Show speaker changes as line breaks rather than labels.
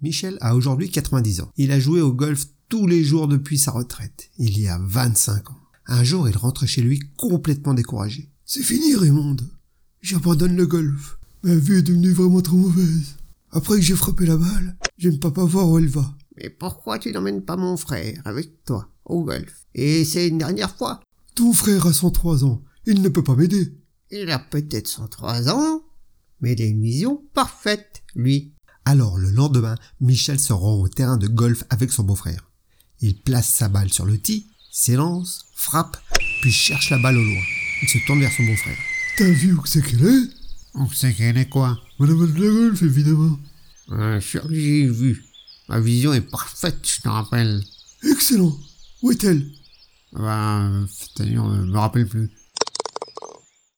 Michel a aujourd'hui 90 ans. Il a joué au golf tous les jours depuis sa retraite, il y a 25 ans. Un jour, il rentre chez lui complètement découragé. C'est fini, Raymond. J'abandonne le golf. Ma vie est devenue vraiment trop mauvaise. Après que j'ai frappé la balle, j'aime pas pas voir où elle va.
Mais pourquoi tu n'emmènes pas mon frère avec toi au golf Et c'est une dernière fois.
Ton frère a 103 ans. Il ne peut pas m'aider.
Il a peut-être 103 ans, mais il a une vision parfaite, lui.
Alors, le lendemain, Michel se rend au terrain de golf avec son beau-frère. Il place sa balle sur le tee, s'élance, frappe, puis cherche la balle au loin. Il se tourne vers son beau-frère.
T'as vu où c'est qu'elle est
On sait qu'elle est quoi
Madame de la golf, évidemment.
Euh, sûr que j'ai vu. Ma vision est parfaite, je te rappelle.
Excellent. Où est-elle
Ben, bah, c'est-à-dire, je me rappelle plus.